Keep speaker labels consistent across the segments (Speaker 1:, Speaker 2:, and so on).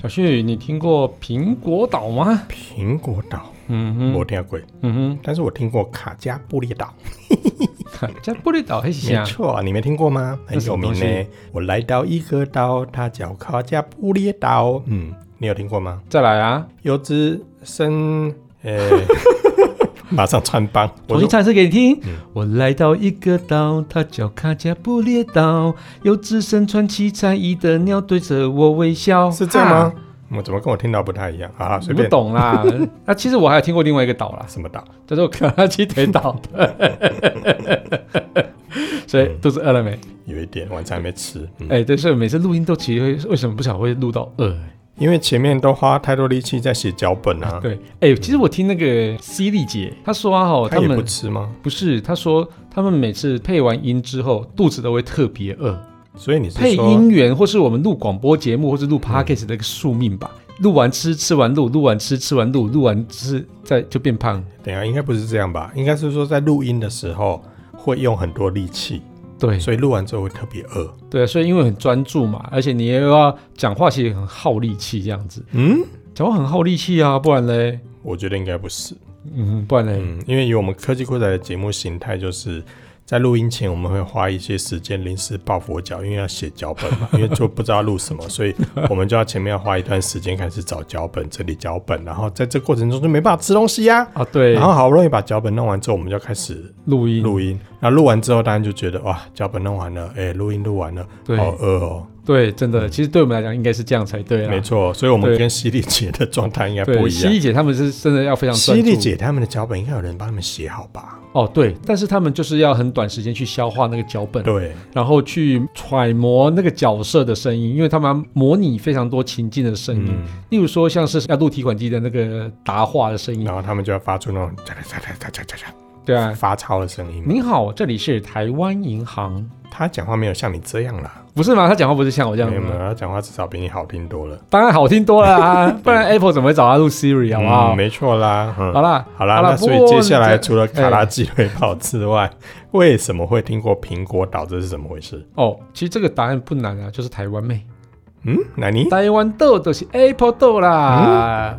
Speaker 1: 小旭，你听过苹果岛吗？
Speaker 2: 苹果岛
Speaker 1: 嗯哼，
Speaker 2: 我听过，
Speaker 1: 嗯哼，
Speaker 2: 但是我听过卡加布列岛，
Speaker 1: 看加布列岛很
Speaker 2: 没
Speaker 1: 像，
Speaker 2: 错，啊你没听过吗？很有
Speaker 1: 那
Speaker 2: 名
Speaker 1: 啊什么
Speaker 2: 呢。我来到一个岛，它叫卡加布列岛。嗯，你有听过吗？
Speaker 1: 再来啊，
Speaker 2: 有只深， 呃，马上穿帮。
Speaker 1: 重
Speaker 2: 我
Speaker 1: 新
Speaker 2: 说
Speaker 1: 唱一次给你听。
Speaker 2: 嗯
Speaker 1: 我来到一个岛，它叫卡加布列岛，有只身穿七彩衣的鸟对着我微笑。
Speaker 2: 是这样吗
Speaker 1: 哈？？
Speaker 2: 我怎么跟我听到不太一样？好了，
Speaker 1: 你
Speaker 2: 随
Speaker 1: 不
Speaker 2: 便。
Speaker 1: 懂啦。 那、其实我还有听过另外一个岛啦，
Speaker 2: 什么岛？
Speaker 1: 叫做可拉鸡腿 岛。所以肚子饿了没？
Speaker 2: 有一点晚餐还没吃。嗯
Speaker 1: 哎、对，所以每次录音都其实会为什么不小会录到饿、
Speaker 2: 因为前面都花太多力气在写脚本啊，
Speaker 1: 对，哎、其实我听那个犀利姐她说啊，哦，
Speaker 2: 他
Speaker 1: 他
Speaker 2: 也不
Speaker 1: 们
Speaker 2: 吃吗？
Speaker 1: 不是，她说他们每次配完音之后肚子都会特别饿。
Speaker 2: 所以你是
Speaker 1: 配
Speaker 2: 说
Speaker 1: 音员，或是我们录广播节目，或是录 podcast 的一个宿命吧。录完吃，吃完录，录完吃，吃完录，录完吃，再就变胖。
Speaker 2: 等一啊下应该不是这样吧？应该是说在录音的时候会用很多力气，
Speaker 1: 对
Speaker 2: 所以录完之后会特别饿。
Speaker 1: 对啊，所以因为很专注嘛，而且你又要讲话，其实很耗力气，这样子
Speaker 2: 嗯，
Speaker 1: 讲话很耗力气啊，不然嘞，
Speaker 2: 我觉得应该不是。
Speaker 1: 嗯，不然嘞，
Speaker 2: 嗯，因为以我们科技酷宅的节目形态，就是在录音前我们会花一些时间临时抱佛脚，因为要写脚本嘛，因为就不知道录什么，所以我们就要前面要花一段时间开始找脚本、整理脚本，然后在这过程中就没办法吃东西呀、
Speaker 1: 啊，对
Speaker 2: 然，后好不容易把脚本弄完之后，我们就开始
Speaker 1: 录音，
Speaker 2: 录音。那录完之后，当然就觉得哇，脚本弄完了，哎、录音录完了，
Speaker 1: 对
Speaker 2: 好饿哦。
Speaker 1: 对，真的，其实对我们来讲应该是这样才对啊，
Speaker 2: 没。错，所以我们
Speaker 1: 对
Speaker 2: 跟犀利姐的状态应该不
Speaker 1: 对，
Speaker 2: 一
Speaker 1: 犀
Speaker 2: 样。
Speaker 1: 利姐他们是真的要非常
Speaker 2: 犀
Speaker 1: 专注
Speaker 2: 利姐他们的脚本应该有人帮他们写好吧？
Speaker 1: 哦，对，但是他们就是要很短时间去消化那个脚本，
Speaker 2: 对，
Speaker 1: 然后去揣摩那个角色的声音，因为他们模拟非常多情境的声音，
Speaker 2: 嗯，
Speaker 1: 例如说像是要录提款机的那个答话的声音，
Speaker 2: 然后他们就要发出那种哒哒哒哒哒哒哒
Speaker 1: 对
Speaker 2: 哒
Speaker 1: 啊。
Speaker 2: 发超的声音。
Speaker 1: 您好，这里是台湾银行，
Speaker 2: 他讲话没有像你这样啦，
Speaker 1: 不是吗？他讲话不是像我这样啊
Speaker 2: 没
Speaker 1: 的
Speaker 2: 有没有，
Speaker 1: 吗？
Speaker 2: 他讲话至少比你好听多了。
Speaker 1: 当然好听多了 啊，不然 Apple 怎么会找他录 Siri 好不好？
Speaker 2: 嗯，没错啦。嗯
Speaker 1: 好啦，
Speaker 2: 好啦，
Speaker 1: 啊好啦
Speaker 2: 那所以
Speaker 1: 不过
Speaker 2: 接下来
Speaker 1: 这哎
Speaker 2: 除了卡拉鸡腿堡之外，为什么会听过苹果岛？这是怎么回事？
Speaker 1: 哦，其实这个答案不难啊，就是台湾妹，
Speaker 2: 嗯，奶泥，
Speaker 1: 台湾豆就是 Apple 豆
Speaker 2: 嗯
Speaker 1: 啦。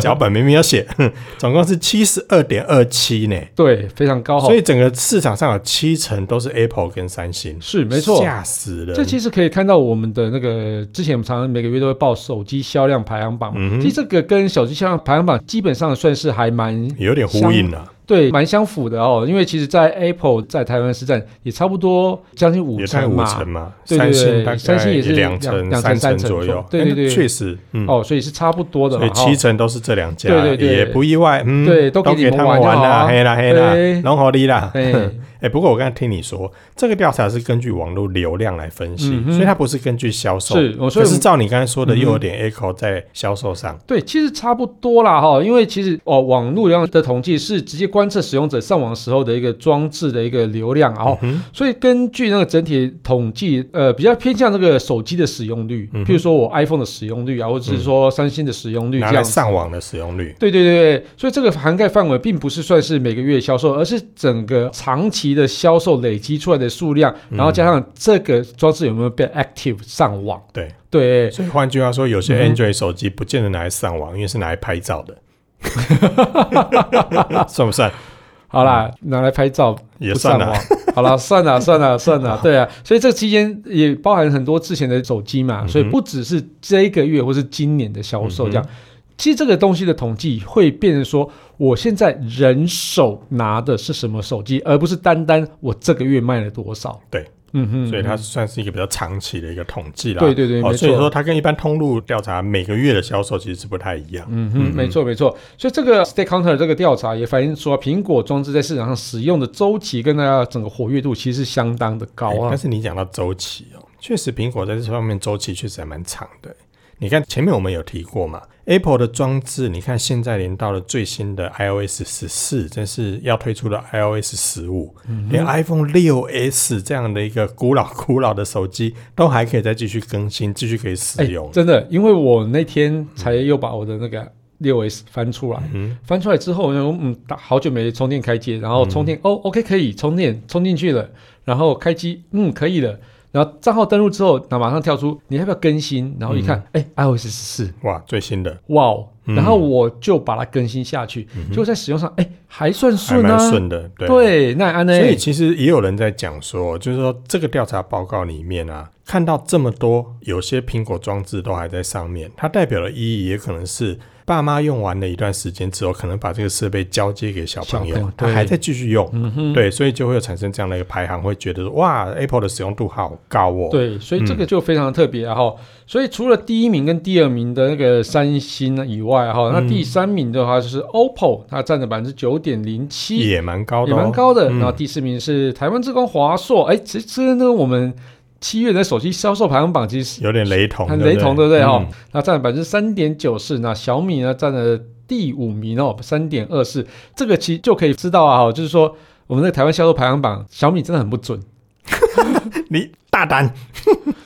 Speaker 2: 脚本明明要写， 哼总共是七十二点二七呢。
Speaker 1: 对，非常高哈。
Speaker 2: 所以整个市场上有七成都是 Apple 跟三星，
Speaker 1: 是没错。
Speaker 2: 吓死人。
Speaker 1: 这其实可以看到我们的那个之前我们常常每个月都会报手机销量排行榜嘛，
Speaker 2: 嗯哼
Speaker 1: 其实这个跟手机销量排行榜基本上算是还蛮
Speaker 2: 有点呼应了、啊
Speaker 1: 对，蛮相符的哦。因为其实，在 Apple 在台湾的市占也差不多将近五
Speaker 2: 也在
Speaker 1: 成
Speaker 2: 五
Speaker 1: 嘛，
Speaker 2: 成嘛，
Speaker 1: 对
Speaker 2: 三
Speaker 1: 对
Speaker 2: 星
Speaker 1: 对
Speaker 2: 大
Speaker 1: 三
Speaker 2: 概
Speaker 1: 星也是
Speaker 2: 两
Speaker 1: 两
Speaker 2: 成、
Speaker 1: 两
Speaker 2: 三
Speaker 1: 成三成
Speaker 2: 左右
Speaker 1: 左右，对
Speaker 2: 哎
Speaker 1: 对
Speaker 2: 那
Speaker 1: 对
Speaker 2: 确实，嗯，
Speaker 1: 哦，所以是差不多的
Speaker 2: 所
Speaker 1: 嘛。
Speaker 2: 以
Speaker 1: 哈
Speaker 2: 七成都是这两家，
Speaker 1: 对对对
Speaker 2: 也不意外，嗯，
Speaker 1: 对都给
Speaker 2: 给
Speaker 1: 你们
Speaker 2: 他们
Speaker 1: 玩就
Speaker 2: 玩
Speaker 1: 好
Speaker 2: 啦，
Speaker 1: 啊
Speaker 2: 黑啦黑啦
Speaker 1: 哎，
Speaker 2: 龙好利啦，
Speaker 1: 哎
Speaker 2: 哼哎，不过我刚才听你说，这个调查是根据网络流量来分析
Speaker 1: 嗯，哼
Speaker 2: 所以它不是根据销售，
Speaker 1: 是我所
Speaker 2: 可
Speaker 1: 以
Speaker 2: 是照你刚才说的，
Speaker 1: 嗯哼
Speaker 2: 又有点 echo 在销售上，
Speaker 1: 对，其实差不多啦哈，因为其实哦，网络流量的统计是直接观测使用者上网时候的一个装置的一个流量啊、哦，
Speaker 2: 嗯
Speaker 1: 所以根据那个整体统计，呃，比较偏向那个手机的使用率，
Speaker 2: 嗯哼嗯
Speaker 1: 譬如说我 iPhone 的使用率啊，或者是说三星的使用率
Speaker 2: 哼，拿
Speaker 1: 这
Speaker 2: 来
Speaker 1: 样子。
Speaker 2: 上网的使用率，
Speaker 1: 对对对，对所以这个涵盖范围并不是算是每个月销售，而是整个长期的销售累积出来的数量，
Speaker 2: 嗯
Speaker 1: 然后加上这个装置有没有被 active 上网。
Speaker 2: 对
Speaker 1: 对，
Speaker 2: 所以换句话说，有些
Speaker 1: 嗯哼
Speaker 2: Android 手机不见得拿来上网，因为是拿来拍照 的，算不算？
Speaker 1: 好啦，
Speaker 2: 嗯
Speaker 1: 拿来拍照
Speaker 2: 也
Speaker 1: 不
Speaker 2: 算
Speaker 1: 上
Speaker 2: 啦
Speaker 1: 网。好了，算了，算了，算了，对啊，所以这期间也包含很多之前的手机嘛，
Speaker 2: 嗯哼嗯
Speaker 1: 所以不只是这一个月或是今年的销售这样。其实这个东西的统计会变成说，我现在人手拿的是什么手机，而不是单单我这个月卖了多少。
Speaker 2: 对，
Speaker 1: 嗯哼，
Speaker 2: 所以它算是一个比较长期的一个统计啦。
Speaker 1: 对对对，
Speaker 2: 哦，
Speaker 1: 没
Speaker 2: 所以说
Speaker 1: 错。
Speaker 2: 它跟一般通路调查每个月的销售其实是不太一样。
Speaker 1: 嗯
Speaker 2: 嗯
Speaker 1: 哼，没错没错，所以这个 Stake Hunter 这个调查也反映说，苹果装置在市场上使用的周期跟它整个活跃度其实是相当的高
Speaker 2: 哎
Speaker 1: 啊
Speaker 2: 但。是你讲到周期哦，确实苹果在这方面周期确实还蛮长的。你看前面我们有提过嘛，Apple 的装置，你看现在连到了最新的 iOS 十四，真是要推出的 iOS 十五、
Speaker 1: 嗯
Speaker 2: 连 iPhone 六 S 这样的一个古老古老的手机，都还可以再继续更新，继续可以使
Speaker 1: 哎，
Speaker 2: 用。
Speaker 1: 真的，因为我那天才又把我的那个六 S 翻出来，
Speaker 2: 嗯
Speaker 1: 翻出来之后，我想说嗯，打好久没充电开机，然后充
Speaker 2: 嗯
Speaker 1: 电、哦，OK 可以充电，充进去了，然后开机，嗯，可以了。然后账号登录之后，那马上跳出你要不要更新？然后一看，哎、iOS 十四，
Speaker 2: 哇，最新的
Speaker 1: 哇哦！
Speaker 2: 嗯
Speaker 1: 然后我就把它更新下去，就在使用上，哎，还算
Speaker 2: 还
Speaker 1: 顺
Speaker 2: 蛮
Speaker 1: 啊，
Speaker 2: 顺的，对。
Speaker 1: 对，那安呢？
Speaker 2: 所以其实也有人在讲说，就是说这个调查报告里面啊，看到这么多，有些苹果装置都还在上面，它代表的意义也可能是爸妈用完了一段时间之后，可能把这个设备交接给小朋
Speaker 1: 小
Speaker 2: 友
Speaker 1: 朋友，
Speaker 2: 他
Speaker 1: 对
Speaker 2: 还在继续用。
Speaker 1: 嗯哼，
Speaker 2: 对，所以就会有产生这样的一个排行，会觉得说哇，Apple 的使用度好高哦。，
Speaker 1: 对，所以这个就非常特别哈、所以除了第一名跟第二名的那个三星以外
Speaker 2: 嗯
Speaker 1: 哈、那第三名的话就是 OPPO，它占了百分之九点零七，
Speaker 2: 也蛮高的、
Speaker 1: 也
Speaker 2: 哦，
Speaker 1: 蛮高的。
Speaker 2: 嗯
Speaker 1: 然后第四名是台湾之光华硕，哎，其实这跟我们七月的手机销售排行榜其实
Speaker 2: 有点雷同，
Speaker 1: 很
Speaker 2: 对
Speaker 1: 雷同，对不对哈、
Speaker 2: 嗯
Speaker 1: 那占了百分之三点九四，那小米呢占了第五名哦，三点二四。这个其实就可以知道啊，哈就是说我们的台湾销售排行榜，小米真的很不准。
Speaker 2: 你大胆，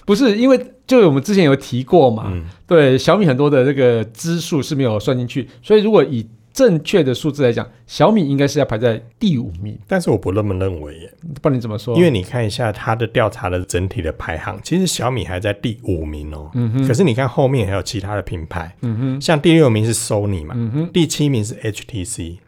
Speaker 1: 不是因为就我们之前有提过嘛，
Speaker 2: 嗯，
Speaker 1: 对小米很多的这个支数是没有算进去，所以如果以正确的数字来讲，小米应该是要排在第五名。
Speaker 2: 但是我不那么认为耶。
Speaker 1: 不然你怎么说？
Speaker 2: 因为你看一下它的调查的整体的排行，其实小米还在第五名哦。
Speaker 1: 嗯哼
Speaker 2: 可是你看后面还有其他的品牌，
Speaker 1: 嗯哼，
Speaker 2: 像第六名是 Sony 嘛，
Speaker 1: 嗯哼，
Speaker 2: 第七名是 HTC，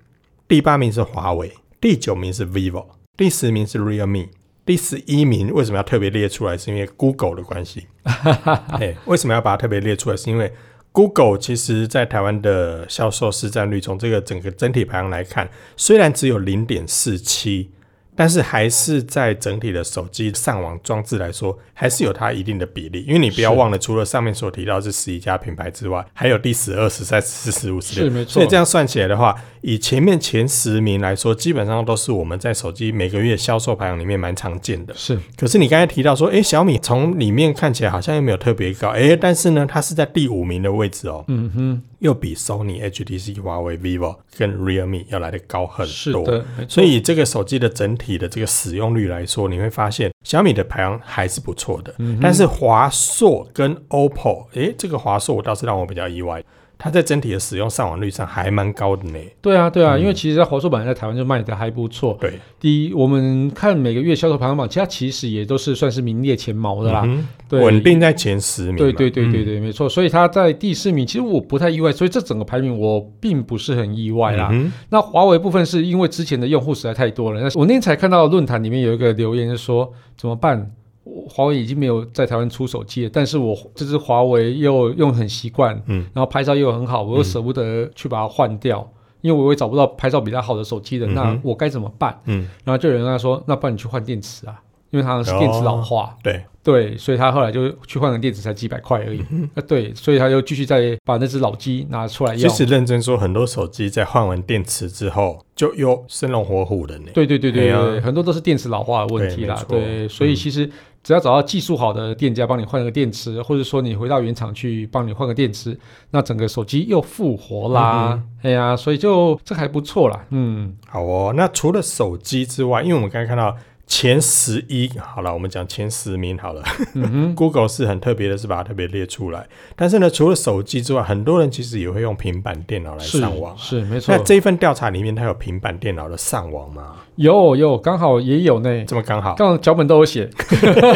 Speaker 2: 第八名是华为，第九名是 vivo，第十名是 Realme。第十一名为什么要特别列出来？是因为 Google 的关系。哎，为什么要把它特别列出来？是因为 Google 其实在台湾的销售市占率，从这个整个整体排行来看，虽然只有零点四七，但是还是在整体的手机上网装置来说，还是有它一定的比例。因为你不要
Speaker 1: 是
Speaker 2: 忘了，除了上面所提到这十一家品牌之外，还有第十二、十三、十四、十五、十六
Speaker 1: 是，没错。
Speaker 2: 所以这样算起来的话，以前面前十名来说，基本上都是我们在手机每个月销售排行里面蛮常见的。
Speaker 1: 是
Speaker 2: 可是你刚才提到说，诶，小米从里面看起来好像又没有特别高，诶，但是呢，它是在第五名的位置哦，
Speaker 1: 嗯哼，
Speaker 2: 又比 Sony、HTC、华为、vivo 跟 Realme 要来的高很
Speaker 1: 是
Speaker 2: 多。
Speaker 1: 的，没错
Speaker 2: 所以以这个手机的整体的这个使用率来说，你会发现小米的排行还是不错的。
Speaker 1: 嗯
Speaker 2: 但是华硕跟 OPPO，诶，这个华硕我倒是让我比较意外，它在整体的使用上网率上还蛮高的呢。
Speaker 1: 对啊，对啊，
Speaker 2: 嗯
Speaker 1: 因为其实在华硕版在台湾就卖的还不错。
Speaker 2: 对，
Speaker 1: 第一，我们看每个月销售排行榜，其实它其实也都是算是名列前茅的啦。
Speaker 2: 嗯哼
Speaker 1: 对
Speaker 2: 稳定在前十名嘛。
Speaker 1: 对对对对
Speaker 2: 嗯
Speaker 1: 对，没错。所以它在第四名，其实我不太意外，所以这整个排名我并不是很意外啦。
Speaker 2: 嗯哼
Speaker 1: 那华为部分是因为之前的用户实在太多了，那我那天才看到论坛里面有一个留言就说怎么办？我华为已经没有在台湾出手机了，但是我这只华为又用很习惯，
Speaker 2: 嗯，
Speaker 1: 然后拍照又很好，我又舍不得去把它换掉。因为我也找不到拍照比它好的手机了，
Speaker 2: 嗯哼
Speaker 1: 那我该怎么办？
Speaker 2: 嗯，
Speaker 1: 然后就有人跟他说，那不然你去换电池啊，因为他是电池老化，
Speaker 2: 对，
Speaker 1: 对，所以他后来就去换了电池，才几百块而已。啊，对，所以他就继续再把那只老机拿出来
Speaker 2: 嗯其
Speaker 1: 要。
Speaker 2: 实认真说，很多手机在换完电池之后，就又生龙活虎了呢。
Speaker 1: 对对对对
Speaker 2: 哎呀
Speaker 1: 对，很多都是电池老化的问题啦。
Speaker 2: 对
Speaker 1: 对，
Speaker 2: 没错嗯
Speaker 1: 所以其实只要找到技术好的店家帮你换个电池，或者说你回到原厂去帮你换个电池，那整个手机又复活
Speaker 2: 嗯
Speaker 1: 啦。哎呀，所以就这还不错啦。嗯，
Speaker 2: 好哦，那除了手机之外，因为我们刚才看到前十一，好了，我们讲前十名好了。Google
Speaker 1: 嗯
Speaker 2: 是很特别的，是把它特别列出来。但是呢，除了手机之外，很多人其实也会用平板电脑来
Speaker 1: 是
Speaker 2: 上网。啊
Speaker 1: 是没错
Speaker 2: 那，这一份调查里面，它有平板电脑的上网吗？
Speaker 1: 有有刚好也有呢，
Speaker 2: 这么刚好，
Speaker 1: 刚好脚本都有 写。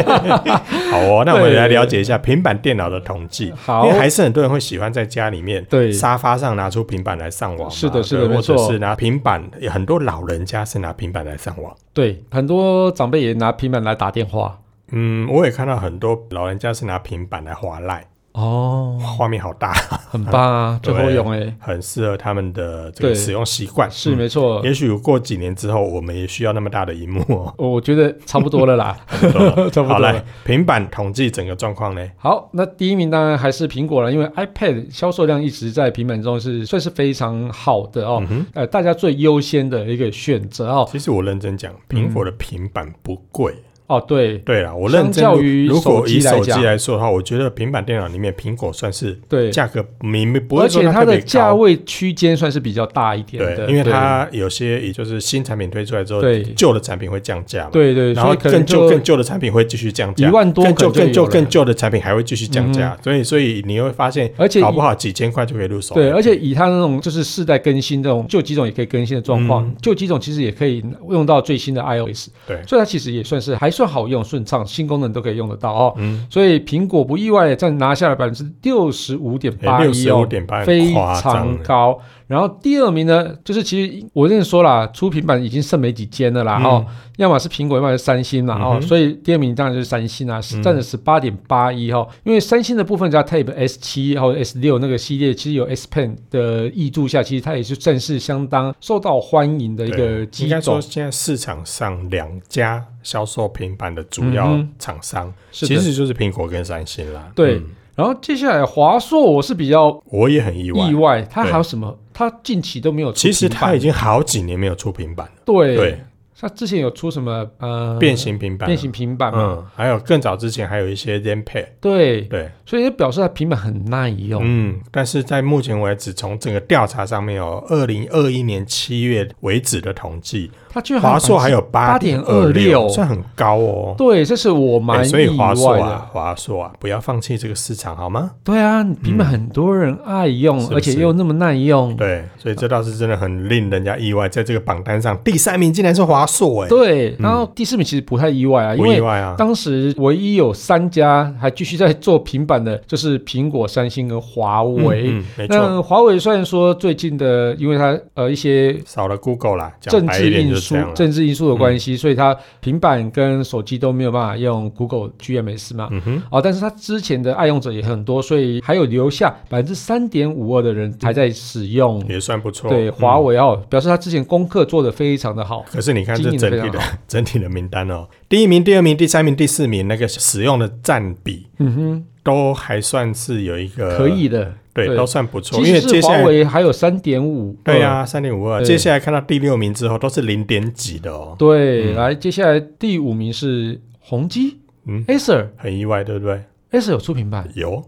Speaker 2: 好哦。那我们
Speaker 1: 对
Speaker 2: 来了解一下平板电脑的统计，因
Speaker 1: 好
Speaker 2: 为，还是很多人会喜欢在家里面
Speaker 1: 对
Speaker 2: 沙发上拿出平板来上网嘛，
Speaker 1: 是的是的
Speaker 2: 对
Speaker 1: 没
Speaker 2: 或者
Speaker 1: 错
Speaker 2: 是拿平板，也很多老人家是拿平板来上网。
Speaker 1: 对，很多长辈也拿平板来打电话。
Speaker 2: 嗯，我也看到很多老人家是拿平板来划赖，
Speaker 1: 哦，
Speaker 2: 画面好大，
Speaker 1: 很棒啊，最后用哎，
Speaker 2: 很适合他们的这个
Speaker 1: 对
Speaker 2: 使用习惯。
Speaker 1: 是
Speaker 2: 嗯
Speaker 1: 没错。。
Speaker 2: 也许过几年之后，我们也需要那么大的荧幕、哦
Speaker 1: 我觉得差不多了啦，
Speaker 2: 差不多了
Speaker 1: 差不
Speaker 2: 好
Speaker 1: 多哦
Speaker 2: 来
Speaker 1: 了。，
Speaker 2: 平板统计整个状况呢？
Speaker 1: 好，那第一名当然还是苹果了，因为 iPad 销售量一直在平板中是算是非常好的哦，
Speaker 2: 嗯哼，
Speaker 1: 呃，大家最优先的一个选择哦。
Speaker 2: 其实我认真讲，
Speaker 1: 嗯
Speaker 2: 苹果的平板不贵。
Speaker 1: 哦，对
Speaker 2: 对啦，我认真
Speaker 1: 相较于
Speaker 2: 如果
Speaker 1: 手机
Speaker 2: 以手
Speaker 1: 来
Speaker 2: 机
Speaker 1: 讲
Speaker 2: 来说的话，我觉得平板电脑里面苹果算是
Speaker 1: 对，
Speaker 2: 价格明明不
Speaker 1: 而
Speaker 2: 会说
Speaker 1: 且它
Speaker 2: 特别
Speaker 1: 的价
Speaker 2: 高。
Speaker 1: 位区间算是比较大一点
Speaker 2: 对
Speaker 1: 的，，
Speaker 2: 因为
Speaker 1: 对
Speaker 2: 它有些也就是新产品推出来之后，
Speaker 1: 对
Speaker 2: 旧的产品会降价嘛。
Speaker 1: 对对，
Speaker 2: 然
Speaker 1: 所
Speaker 2: 后
Speaker 1: 以可
Speaker 2: 更
Speaker 1: 能
Speaker 2: 旧
Speaker 1: 就
Speaker 2: 更旧的产品会继续降价，
Speaker 1: 一万多
Speaker 2: 更旧
Speaker 1: 可能就有
Speaker 2: 更旧
Speaker 1: 了嗯
Speaker 2: 更旧的产品还会继续降价，所以所以你会发现，
Speaker 1: 而且
Speaker 2: 搞不
Speaker 1: 以
Speaker 2: 好几千块就可以入手。
Speaker 1: 对，而且以它那种就是世代更新这种旧机种也可以更新的状况
Speaker 2: 嗯，
Speaker 1: 旧机种其实也可以用到最新的 iOS，
Speaker 2: 对
Speaker 1: 所以它其实也算是还算好用、顺畅，新功能都可以用得到哦。
Speaker 2: 嗯，
Speaker 1: 所以苹果不意外占拿下了百分之六十五点八
Speaker 2: 哎六
Speaker 1: 一
Speaker 2: 十五
Speaker 1: 哦，
Speaker 2: 点八，
Speaker 1: 非
Speaker 2: 夸张
Speaker 1: 常
Speaker 2: 欸。
Speaker 1: 高。然后第二名呢，就是其实我认说啦，出平板已经剩没几间了啦、
Speaker 2: 嗯
Speaker 1: 哦，要么是苹果，要么是三星啦、
Speaker 2: 嗯
Speaker 1: 哦
Speaker 2: 哼，
Speaker 1: 所以第二名当然就是三星啊，
Speaker 2: 嗯
Speaker 1: 占了十八点八一哈。因为三星的部分加 Tab S 七还有 S 六那个系列，其实有 S Pen 的益助下，其实它也是正是相当受到欢迎的一个
Speaker 2: 对应
Speaker 1: 机
Speaker 2: 该说，
Speaker 1: 种。
Speaker 2: 现在市场上两家销售平板的主要
Speaker 1: 嗯
Speaker 2: 厂商，
Speaker 1: 是
Speaker 2: 其
Speaker 1: 的。
Speaker 2: 实就是苹果跟三星啦。
Speaker 1: 对
Speaker 2: 嗯
Speaker 1: 然后接下来华硕，我是比较
Speaker 2: 我也很意外
Speaker 1: 意，外，它
Speaker 2: 对
Speaker 1: 还有什么？它近期都没有出
Speaker 2: 其实
Speaker 1: 平
Speaker 2: 它
Speaker 1: 板
Speaker 2: 已经好几年没有出平板了，
Speaker 1: 对
Speaker 2: 对，
Speaker 1: 它之前有出什么呃
Speaker 2: 变形平板，
Speaker 1: 变形平板嘛？
Speaker 2: 嗯，还有更早之前还有一些 z e n p a d
Speaker 1: 对，
Speaker 2: 对。
Speaker 1: 所以就表示它平板很耐用。
Speaker 2: 嗯，但是在目前为止，从整个调查上面哦，二零二一年七月为止的统计，
Speaker 1: 它居然
Speaker 2: 华硕还有八
Speaker 1: 8.26
Speaker 2: 算很高哦。
Speaker 1: 对，这是我蛮意
Speaker 2: 哎所以华硕
Speaker 1: 外的。
Speaker 2: 啊，华硕啊，不要放弃这个市场好吗？
Speaker 1: 对啊，你平板很多人爱用，
Speaker 2: 是不
Speaker 1: 而且
Speaker 2: 是
Speaker 1: 又那么耐用。
Speaker 2: 对，所以这倒是真的很令人家意外，在这个榜单上第三名竟然是华硕哎、
Speaker 1: 对，
Speaker 2: 嗯
Speaker 1: 然后第四名其实不太意外啊，因
Speaker 2: 不意
Speaker 1: 为
Speaker 2: 外啊。
Speaker 1: 当时唯一有三家还继续在做平板的，就是苹果、三星跟华为。
Speaker 2: 嗯嗯没错，
Speaker 1: 那华为虽然说最近的，因为它呃一些
Speaker 2: 少了 Google 啦，讲
Speaker 1: 政
Speaker 2: 白
Speaker 1: 治
Speaker 2: 一点
Speaker 1: 因
Speaker 2: 就是
Speaker 1: 素
Speaker 2: 这样、了。嗯
Speaker 1: 政治因素的关系，所以它平板跟手机都没有办法用 Google GMS 嘛。
Speaker 2: 嗯哼，
Speaker 1: 哦，但是它之前的爱用者也很多，所以还有留下百分之三点五二的人还在使用。
Speaker 2: 也算不错。
Speaker 1: 对
Speaker 2: 嗯
Speaker 1: 华为哦，表示它之前功课做得非常的好。
Speaker 2: 可是你看这
Speaker 1: 经营
Speaker 2: 整
Speaker 1: 得
Speaker 2: 体
Speaker 1: 非常
Speaker 2: 的 整体的名单哦，第一名、第二名、第三名、第四名那个使用的占比
Speaker 1: 嗯哼，
Speaker 2: 都还算是有一个
Speaker 1: 可，以的。
Speaker 2: 对，
Speaker 1: 对
Speaker 2: 都算不呃错。
Speaker 1: 其
Speaker 2: 因为
Speaker 1: 实是
Speaker 2: 接
Speaker 1: 华
Speaker 2: 下来
Speaker 1: 为还有三点五。
Speaker 2: 对呀、、三点五二，
Speaker 1: 对
Speaker 2: 接下来看到第六名之后都是零点几的哦，
Speaker 1: 对，
Speaker 2: 嗯
Speaker 1: 来接下来第五名是宏基
Speaker 2: 嗯，
Speaker 1: Acer，Acer
Speaker 2: 很意外，对不对？
Speaker 1: 有出平板。
Speaker 2: 有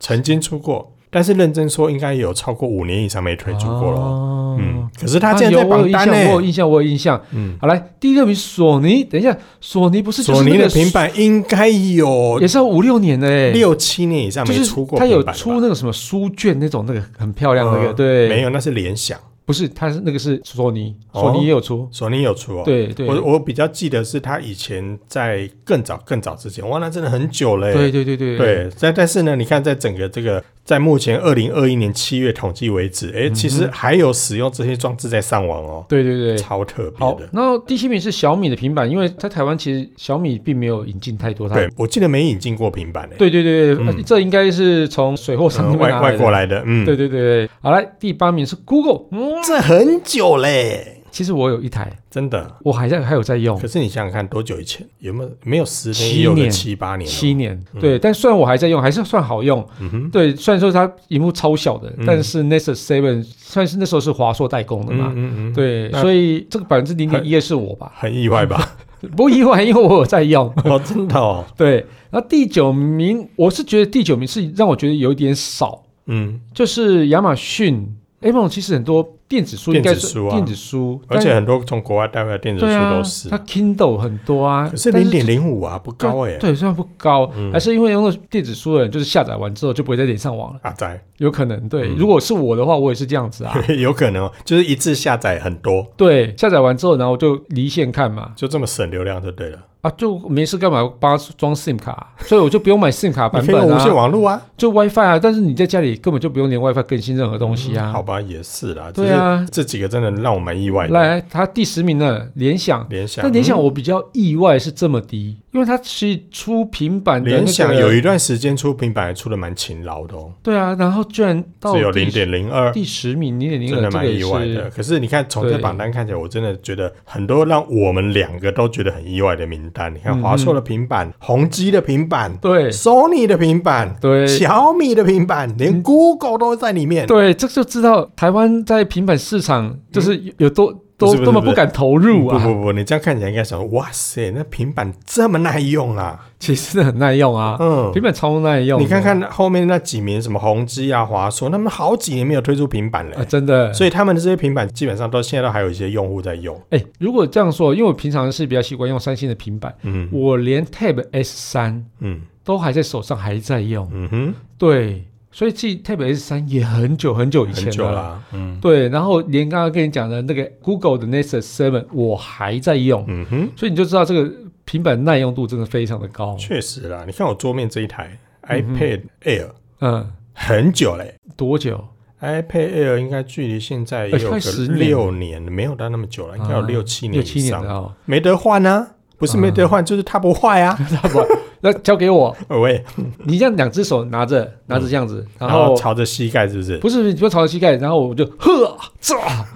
Speaker 2: 曾经出过，但是认真说应该有超过五年以上没推出过了哦。
Speaker 1: 哦
Speaker 2: 嗯，可是
Speaker 1: 啊
Speaker 2: 它竟然
Speaker 1: 有
Speaker 2: 在
Speaker 1: 我有
Speaker 2: 榜
Speaker 1: 印
Speaker 2: 单
Speaker 1: 象，
Speaker 2: 呢、
Speaker 1: 我有印象，我有印象。
Speaker 2: 嗯，
Speaker 1: 好，来第六名索尼，等一下，索尼不是就是
Speaker 2: 索尼
Speaker 1: 那
Speaker 2: 的
Speaker 1: 个
Speaker 2: 平板应该有
Speaker 1: 也是要五六年的哎，
Speaker 2: 六七年以上
Speaker 1: 就
Speaker 2: 没
Speaker 1: 是
Speaker 2: 出过
Speaker 1: 它
Speaker 2: 平
Speaker 1: 有
Speaker 2: 板了吧，
Speaker 1: 出那个什么书卷那种，那个很漂亮那个，
Speaker 2: 嗯
Speaker 1: 对，
Speaker 2: 没有，那是联想。
Speaker 1: 不是，它是那个是索尼，
Speaker 2: 哦
Speaker 1: 索尼也有出，
Speaker 2: 索尼有出哦。，
Speaker 1: 对对，
Speaker 2: 我我比较记得是他以前在更早更早之前，哇，那真的很久了耶。
Speaker 1: 对对对对
Speaker 2: 对，但但是呢，你看，在整个这个在目前二零二一年七月统计为止，哎、其实还有使用这些装置在上网哦，
Speaker 1: 对嗯对对。
Speaker 2: 超特别
Speaker 1: 好
Speaker 2: 的，。
Speaker 1: 然后第七名是小米的平板，因为在台湾其实小米并没有引进太多它。
Speaker 2: 对，我记得没引进过平板诶、
Speaker 1: 对对对对
Speaker 2: 嗯
Speaker 1: 呃这应该是从水货
Speaker 2: 嗯
Speaker 1: 商那边
Speaker 2: 外
Speaker 1: 拿
Speaker 2: 外
Speaker 1: 的
Speaker 2: 国来的，嗯，
Speaker 1: 对对对，好来，第八名是 Google，嗯，
Speaker 3: 这很久嘞，
Speaker 1: 其实我有一台，
Speaker 2: 真的。
Speaker 1: 我还在还有在用
Speaker 2: 可，是你想想看，多久以前？有没有没有十年，
Speaker 1: 哦七
Speaker 2: 也有个
Speaker 1: 年
Speaker 2: 七八年了。哦
Speaker 1: 七年，对，但虽然我还在用，还是算好用。
Speaker 2: 嗯哼，
Speaker 1: 对，虽然说它荧幕超小的，
Speaker 2: 嗯
Speaker 1: 但是 Nexus Seven 算是那时候是华硕代工的嘛
Speaker 2: 嗯，嗯嗯，
Speaker 1: 对，
Speaker 2: 那
Speaker 1: 所以这个百分之零点一是我吧，
Speaker 2: 很意外吧？
Speaker 1: 不意外，因为我有在用。
Speaker 2: 哦，真的哦，
Speaker 1: 对，然后第九名，我是觉得第九名是让我觉得有一点少，
Speaker 2: 嗯，
Speaker 1: 就是亚马逊 a m o 其实很多电子书应该
Speaker 2: 电子
Speaker 1: 是
Speaker 2: 书啊
Speaker 1: 电子书，
Speaker 2: 而且
Speaker 1: 但
Speaker 2: 很多从国外带回来电子
Speaker 1: 对
Speaker 2: 书
Speaker 1: 啊，
Speaker 2: 都是
Speaker 1: 它。Kindle 很多啊，
Speaker 2: 可是
Speaker 1: 但
Speaker 2: 零点零五啊，不高哎。
Speaker 1: 对，虽然不高，
Speaker 2: 嗯
Speaker 1: 还是因为用了电子书的人，就是下载完之后就不会再连上网了，
Speaker 2: 啊，在
Speaker 1: 有可能。对，
Speaker 2: 嗯
Speaker 1: 如果是我的话，我也是这样子啊。
Speaker 2: 有可能哦，就是一次下载很多，
Speaker 1: 对，下载完之后，然后就离线看嘛，
Speaker 2: 就这么省流量就对了。
Speaker 1: 啊，就没事干嘛帮它装 SIM 卡，啊所以我就不用买 SIM 卡版
Speaker 2: 你可以
Speaker 1: 本
Speaker 2: 用无线
Speaker 1: 啊，
Speaker 2: 网络啊。
Speaker 1: 就 WiFi 啊。但是你在家里根本就不用连 WiFi 更新任何东西啊。
Speaker 2: 嗯好吧，也是啦。
Speaker 1: 对啊
Speaker 2: 只是这几个真的让我蛮意外的。
Speaker 1: 来，它第十名呢，联想。
Speaker 2: 联想，
Speaker 1: 但联想
Speaker 2: 嗯
Speaker 1: 我比较意外是这么低，因为它其实出平板的那个
Speaker 2: 联想有一段时间出平板还出的蛮勤劳的哦，
Speaker 1: 对啊，然后居然到
Speaker 2: 只有
Speaker 1: 第
Speaker 2: 零点零二，
Speaker 1: 第十名，零点零
Speaker 2: 真
Speaker 1: 二，
Speaker 2: 的
Speaker 1: 这
Speaker 2: 蛮
Speaker 1: 个也
Speaker 2: 意外
Speaker 1: 是
Speaker 2: 的。可是你看，从
Speaker 1: 对
Speaker 2: 这榜单看起来，我真的觉得很多让我们两个都觉得很意外的名单。你看，
Speaker 1: 嗯
Speaker 2: 华硕的平板、宏基的平板、
Speaker 1: 对
Speaker 2: Sony 的平板、
Speaker 1: 对嗯
Speaker 2: 小米的平板，连 Google 都在里面。
Speaker 1: 对，啊这就知道台湾在平板市场就是有有多
Speaker 2: 嗯不是
Speaker 1: 多多
Speaker 2: 不是
Speaker 1: 么
Speaker 2: 不是
Speaker 1: 不敢投
Speaker 2: 嗯
Speaker 1: 入
Speaker 2: 不
Speaker 1: 啊。
Speaker 2: 不不，你这样看起来应该想，哇塞，那平板这么耐用啊！
Speaker 1: 其实很耐用啊，
Speaker 2: 嗯
Speaker 1: 平，板超耐用啊的。
Speaker 2: 你看看后面那几名，什么宏基啊、华硕，他们好几年没有推出平板了
Speaker 1: 啊，。真的。
Speaker 2: 所以他们的这些平板基本上到现在都还有一些用户在用。
Speaker 1: 哎，如果这样说，因为我平常是比较习惯用三星的平板，
Speaker 2: 嗯
Speaker 1: 我连 Tab S 三
Speaker 2: 嗯
Speaker 1: 都还在手上还在用。
Speaker 2: 嗯哼，
Speaker 1: 对，所以记 Tab S 三也很久很久以前
Speaker 2: 很久
Speaker 1: 的
Speaker 2: 啦、。嗯
Speaker 1: 对，然后连刚刚跟你讲的那个 Google 的 Nexus 7，我还在用，
Speaker 2: 嗯哼，
Speaker 1: 所以你就知道这个平板耐用度真的非常的高。
Speaker 2: 确实啦。你看我桌面这一台
Speaker 1: 嗯哼
Speaker 2: iPad Air
Speaker 1: 嗯，
Speaker 2: 很久嘞、
Speaker 1: 多久？
Speaker 2: iPad Air 应该距离现在也有
Speaker 1: 哎快
Speaker 2: 个
Speaker 1: 10年
Speaker 2: 六年，没有到那么久了，应该有
Speaker 1: 啊
Speaker 2: 六七
Speaker 1: 六
Speaker 2: 年
Speaker 1: 七
Speaker 2: 以
Speaker 1: 年
Speaker 2: 上，
Speaker 1: 的哦，
Speaker 2: 没得换啊。不是没得换，就是它不坏啊。
Speaker 1: 那不，那交给我，
Speaker 2: 喂，
Speaker 1: 你这样两只手拿着，拿着这样子，
Speaker 2: 嗯然
Speaker 1: 然后
Speaker 2: 朝着膝盖是不是？
Speaker 1: 不是你不要朝着膝盖，然后我就呵，这，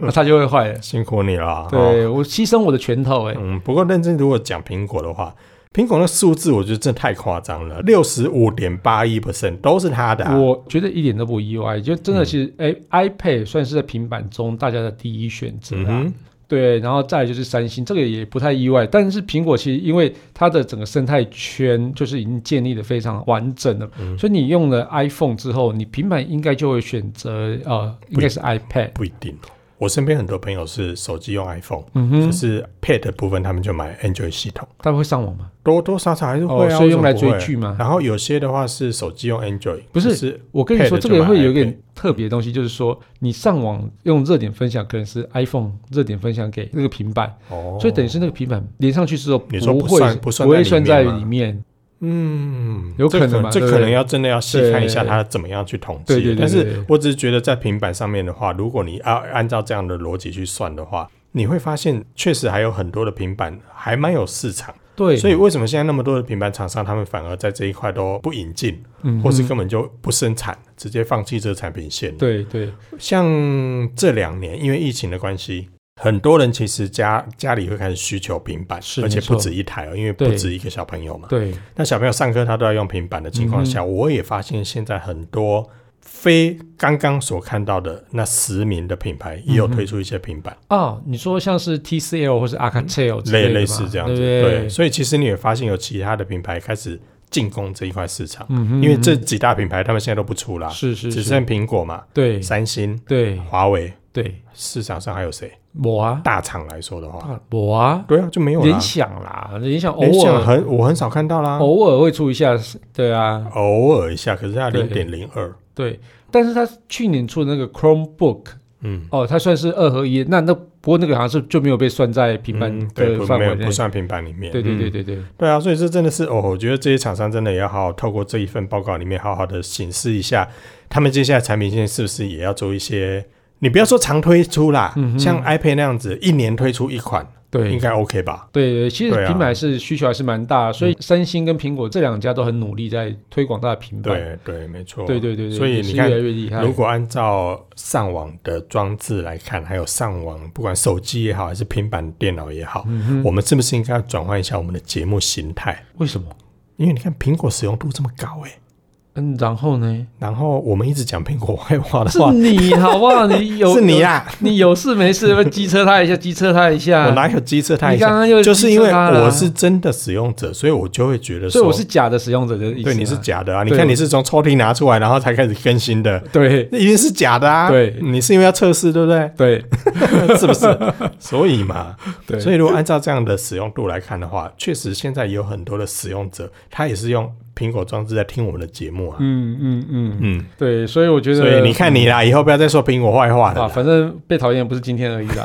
Speaker 1: 那它就会坏了。
Speaker 2: 辛苦你了啊。哦
Speaker 1: 对我牺牲我的拳头，哎，
Speaker 2: 嗯，不过认真如果讲苹果的话，苹果那数字我觉得真的太夸张了，六十五点八一 percent 都是它的、啊。嗯
Speaker 1: 我觉得一点都不意外，就真的其实，哎，iPad 算是在平板中大家的第一选择
Speaker 2: 嗯
Speaker 1: 啊。
Speaker 2: 哼，
Speaker 1: 对，然后再来就是三星，这个也不太意外。但是苹果其实因为它的整个生态圈就是已经建立的非常完整了，
Speaker 2: 嗯
Speaker 1: 所以你用了 iPhone 之后，你平板应该就会选择呃，应该是 iPad。
Speaker 2: 不一定。我身边很多朋友是手机用 iPhone，、
Speaker 1: 嗯
Speaker 2: 可
Speaker 1: 哼，
Speaker 2: 是 Pad 的部分他们就买 Android 系统，
Speaker 1: 它会上网吗？
Speaker 2: 多多少少还是会啊，
Speaker 1: 哦，所以
Speaker 2: 为什
Speaker 1: 用
Speaker 2: 么
Speaker 1: 来
Speaker 2: 不
Speaker 1: 追
Speaker 2: 会。
Speaker 1: 剧吗？
Speaker 2: 然后有些的话是手机用 Android，
Speaker 1: 不是
Speaker 2: 可是
Speaker 1: 我跟你说，
Speaker 2: Pad
Speaker 1: 这
Speaker 2: 就
Speaker 1: 个
Speaker 2: 买
Speaker 1: 会有一
Speaker 2: iPad
Speaker 1: 点特别的东西，就是说你上网用热点分享，可能是 iPhone 热点分享给那个平板，
Speaker 2: 哦，
Speaker 1: 所以等于是那个平板连上去之后
Speaker 2: 你说
Speaker 1: 不
Speaker 2: 不
Speaker 1: 会
Speaker 2: 算不算
Speaker 1: 不
Speaker 2: 在
Speaker 1: 会
Speaker 2: 里
Speaker 1: 算
Speaker 2: 面
Speaker 1: 在
Speaker 2: 吗
Speaker 1: 里面。
Speaker 2: 嗯，
Speaker 1: 有
Speaker 2: 这
Speaker 1: 可能嘛
Speaker 2: 这
Speaker 1: 对不
Speaker 2: 可能
Speaker 1: 对
Speaker 2: 要真的要细
Speaker 1: 对
Speaker 2: 看一下它怎么样去统计。
Speaker 1: 对对对
Speaker 2: 但
Speaker 1: 对
Speaker 2: 是我只是觉得在平板上面的话，如果你按按照这样的逻辑去算的话。你会发现，确实还有很多的平板还蛮有市场，
Speaker 1: 对，
Speaker 2: 所以为什么现在那么多的平板厂商，他们反而在这一块都不引进，
Speaker 1: 嗯哼，
Speaker 2: 或是根本就不生产，直接放弃这个产品线。，
Speaker 1: 对 对，
Speaker 2: 像这两年因为疫情的关系，很多人其实家家里会开始需求平板，
Speaker 1: 是
Speaker 2: 而且
Speaker 1: 没错
Speaker 2: 不止一台哦，因为不
Speaker 1: 对
Speaker 2: 止一个小朋友嘛。
Speaker 1: 对，
Speaker 2: 那小朋友上课他都要用平板的情况下，我也发现现在很多非刚刚所看到的那十名的品牌，也有推出一些平板，
Speaker 1: 哦，你说像是 TCL 嗯或是 Arcatel 之
Speaker 2: 类
Speaker 1: 的
Speaker 2: 类
Speaker 1: 嘛
Speaker 2: 似这样子。
Speaker 1: 对不对，
Speaker 2: 所以其实你也发现有其他的品牌开始进攻这一块市场，
Speaker 1: 嗯哼，
Speaker 2: 因为这几大品牌他们现在都不出啦，
Speaker 1: 是是
Speaker 2: 只
Speaker 1: 是，
Speaker 2: 剩苹果嘛、
Speaker 1: 对
Speaker 2: 三星、
Speaker 1: 对
Speaker 2: 华为，
Speaker 1: 对，
Speaker 2: 市场上还有谁？
Speaker 1: 我啊，
Speaker 2: 大厂来说的话，
Speaker 1: 啊我啊，
Speaker 2: 对啊，就没有啦
Speaker 1: 联。想啦，联想
Speaker 2: 联
Speaker 1: 偶
Speaker 2: 想
Speaker 1: 尔
Speaker 2: 很啊我很少看到啦，
Speaker 1: 偶尔会出一下，对啊，
Speaker 2: 偶尔一下，可是它
Speaker 1: 对
Speaker 2: 零点零二，
Speaker 1: 对，但是他去年出的那个 Chromebook
Speaker 2: 嗯，
Speaker 1: 哦，它算是二合一，那那不过那个好像是就没有被算在平板
Speaker 2: 嗯对，
Speaker 1: 的
Speaker 2: 不
Speaker 1: 范
Speaker 2: 没有
Speaker 1: 围内
Speaker 2: 不，算平板里面，
Speaker 1: 对对对
Speaker 2: 嗯
Speaker 1: 对对，
Speaker 2: 对啊，所以这真的是哦，我觉得这些厂商真的也要好好透过这一份报告里面，好好的审视一下，他们接下来产品线是不是也要做一些，你不要说常推出啦，
Speaker 1: 嗯哼
Speaker 2: 像 iPad 那样子，一年推出一款，
Speaker 1: 对
Speaker 2: 应该 OK 吧？
Speaker 1: 对对，其实
Speaker 2: 对啊嗯
Speaker 1: 平板是需求还是蛮大，所以三星跟苹果这两家都很努力在推广它的平板。
Speaker 2: 对对，没错。
Speaker 1: 对对对对，
Speaker 2: 所以
Speaker 1: 也是
Speaker 2: 你看
Speaker 1: 越来越厉害。
Speaker 2: 如果按照上网的装置来看，还有上网，不管手机也好，还是平板电脑也好，
Speaker 1: 嗯
Speaker 2: 我们是不是应该要转换一下我们的节目形态？
Speaker 1: 为什么？
Speaker 2: 因为你看苹果使用度这么高、欸，
Speaker 1: 嗯，然后呢？
Speaker 2: 然后我们一直讲苹果坏话的
Speaker 1: 是
Speaker 2: 话，
Speaker 1: 你好不好？你有
Speaker 2: 是你
Speaker 1: 有
Speaker 2: 呀、
Speaker 1: 你有事没事会机车他 一下，机车他一下。
Speaker 2: 我哪有机车它一
Speaker 1: 啊你刚
Speaker 2: 下？
Speaker 1: 刚又
Speaker 2: 就是因
Speaker 1: 机
Speaker 2: 为
Speaker 1: 车他了
Speaker 2: 我是真的使用者，所以我就会觉得说，
Speaker 1: 所以我是假的使用者的意思嘛。
Speaker 2: 对你是假的啊！你
Speaker 1: 对
Speaker 2: 看你是从抽屉拿出来，然后才开始更新的，
Speaker 1: 对
Speaker 2: 那一定是假的啊！
Speaker 1: 对
Speaker 2: 你是因为要测试，对 不对？
Speaker 1: 对
Speaker 2: 是不是？所以嘛，
Speaker 1: 对，
Speaker 2: 所
Speaker 1: 以
Speaker 2: 以如果按照这样的使用度来看的话，确实现在也有很多的使用者，他也是用苹果装置在听我们的节目啊。
Speaker 1: 嗯嗯嗯，
Speaker 2: 嗯，
Speaker 1: 对，所以我觉得，
Speaker 2: 所以你看你啦，以后不要再说苹果坏话
Speaker 1: 啊，
Speaker 2: 了。
Speaker 1: 反正被讨厌不是今天而已 啦。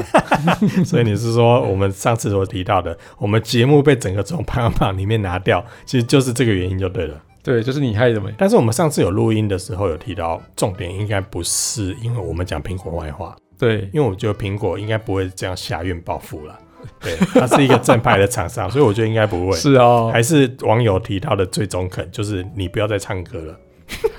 Speaker 2: 所以你是说我们上次所提到的，我们节目被整个从排行榜里面拿掉，其实就是这个原因就对了。
Speaker 1: 对，就是你害的嘛。
Speaker 2: 但是我们上次有录音的时候有提到，重点应该不是因为我们讲苹果坏话，
Speaker 1: 对，
Speaker 2: 因为我觉得苹果应该不会这样下院报复啦。对，它是一个正派的厂商，所以我觉得应该不会。
Speaker 1: 是哦。
Speaker 2: 还是网友提到的最中肯，就是你不要再唱歌了。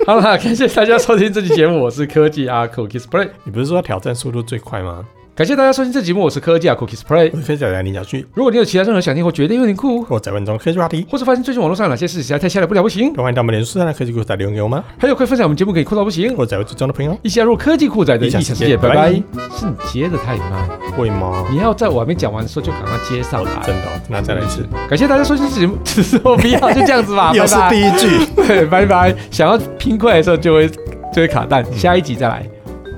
Speaker 1: 好啦，感谢大家收听这期节目，我是科技阿 Cookies Play。
Speaker 2: 你不是说挑战速度最快吗？
Speaker 1: 感谢大家收听这期节目，我是科技阿 Cookies Play
Speaker 2: 我。可以讲讲你想去，
Speaker 1: 如果你有其他任何想听或觉得有点酷，
Speaker 2: 或者问中科技话题，
Speaker 1: 或是发现最近网络上有哪些事实在太吓人不了不行，
Speaker 2: 都欢迎到我们脸书上的科技故事来留言给我们，
Speaker 1: 还有快分享我们节目给酷到不行，
Speaker 2: 或者会追踪的朋友
Speaker 1: 一起加入科技酷仔的异想世界。拜拜
Speaker 2: 拜。
Speaker 1: 是你接的太慢，
Speaker 2: 会吗？
Speaker 1: 你要在我还没讲完的时候就赶快接上 来。
Speaker 2: 真的哦、那再来一次，
Speaker 1: 感谢大家收听这期节目，只是我不要就这样子吧，拜
Speaker 2: 又是第
Speaker 1: 拜。
Speaker 2: 一句。
Speaker 1: 对，拜拜。想要拼快的时候就会就会卡蛋，下一集再来。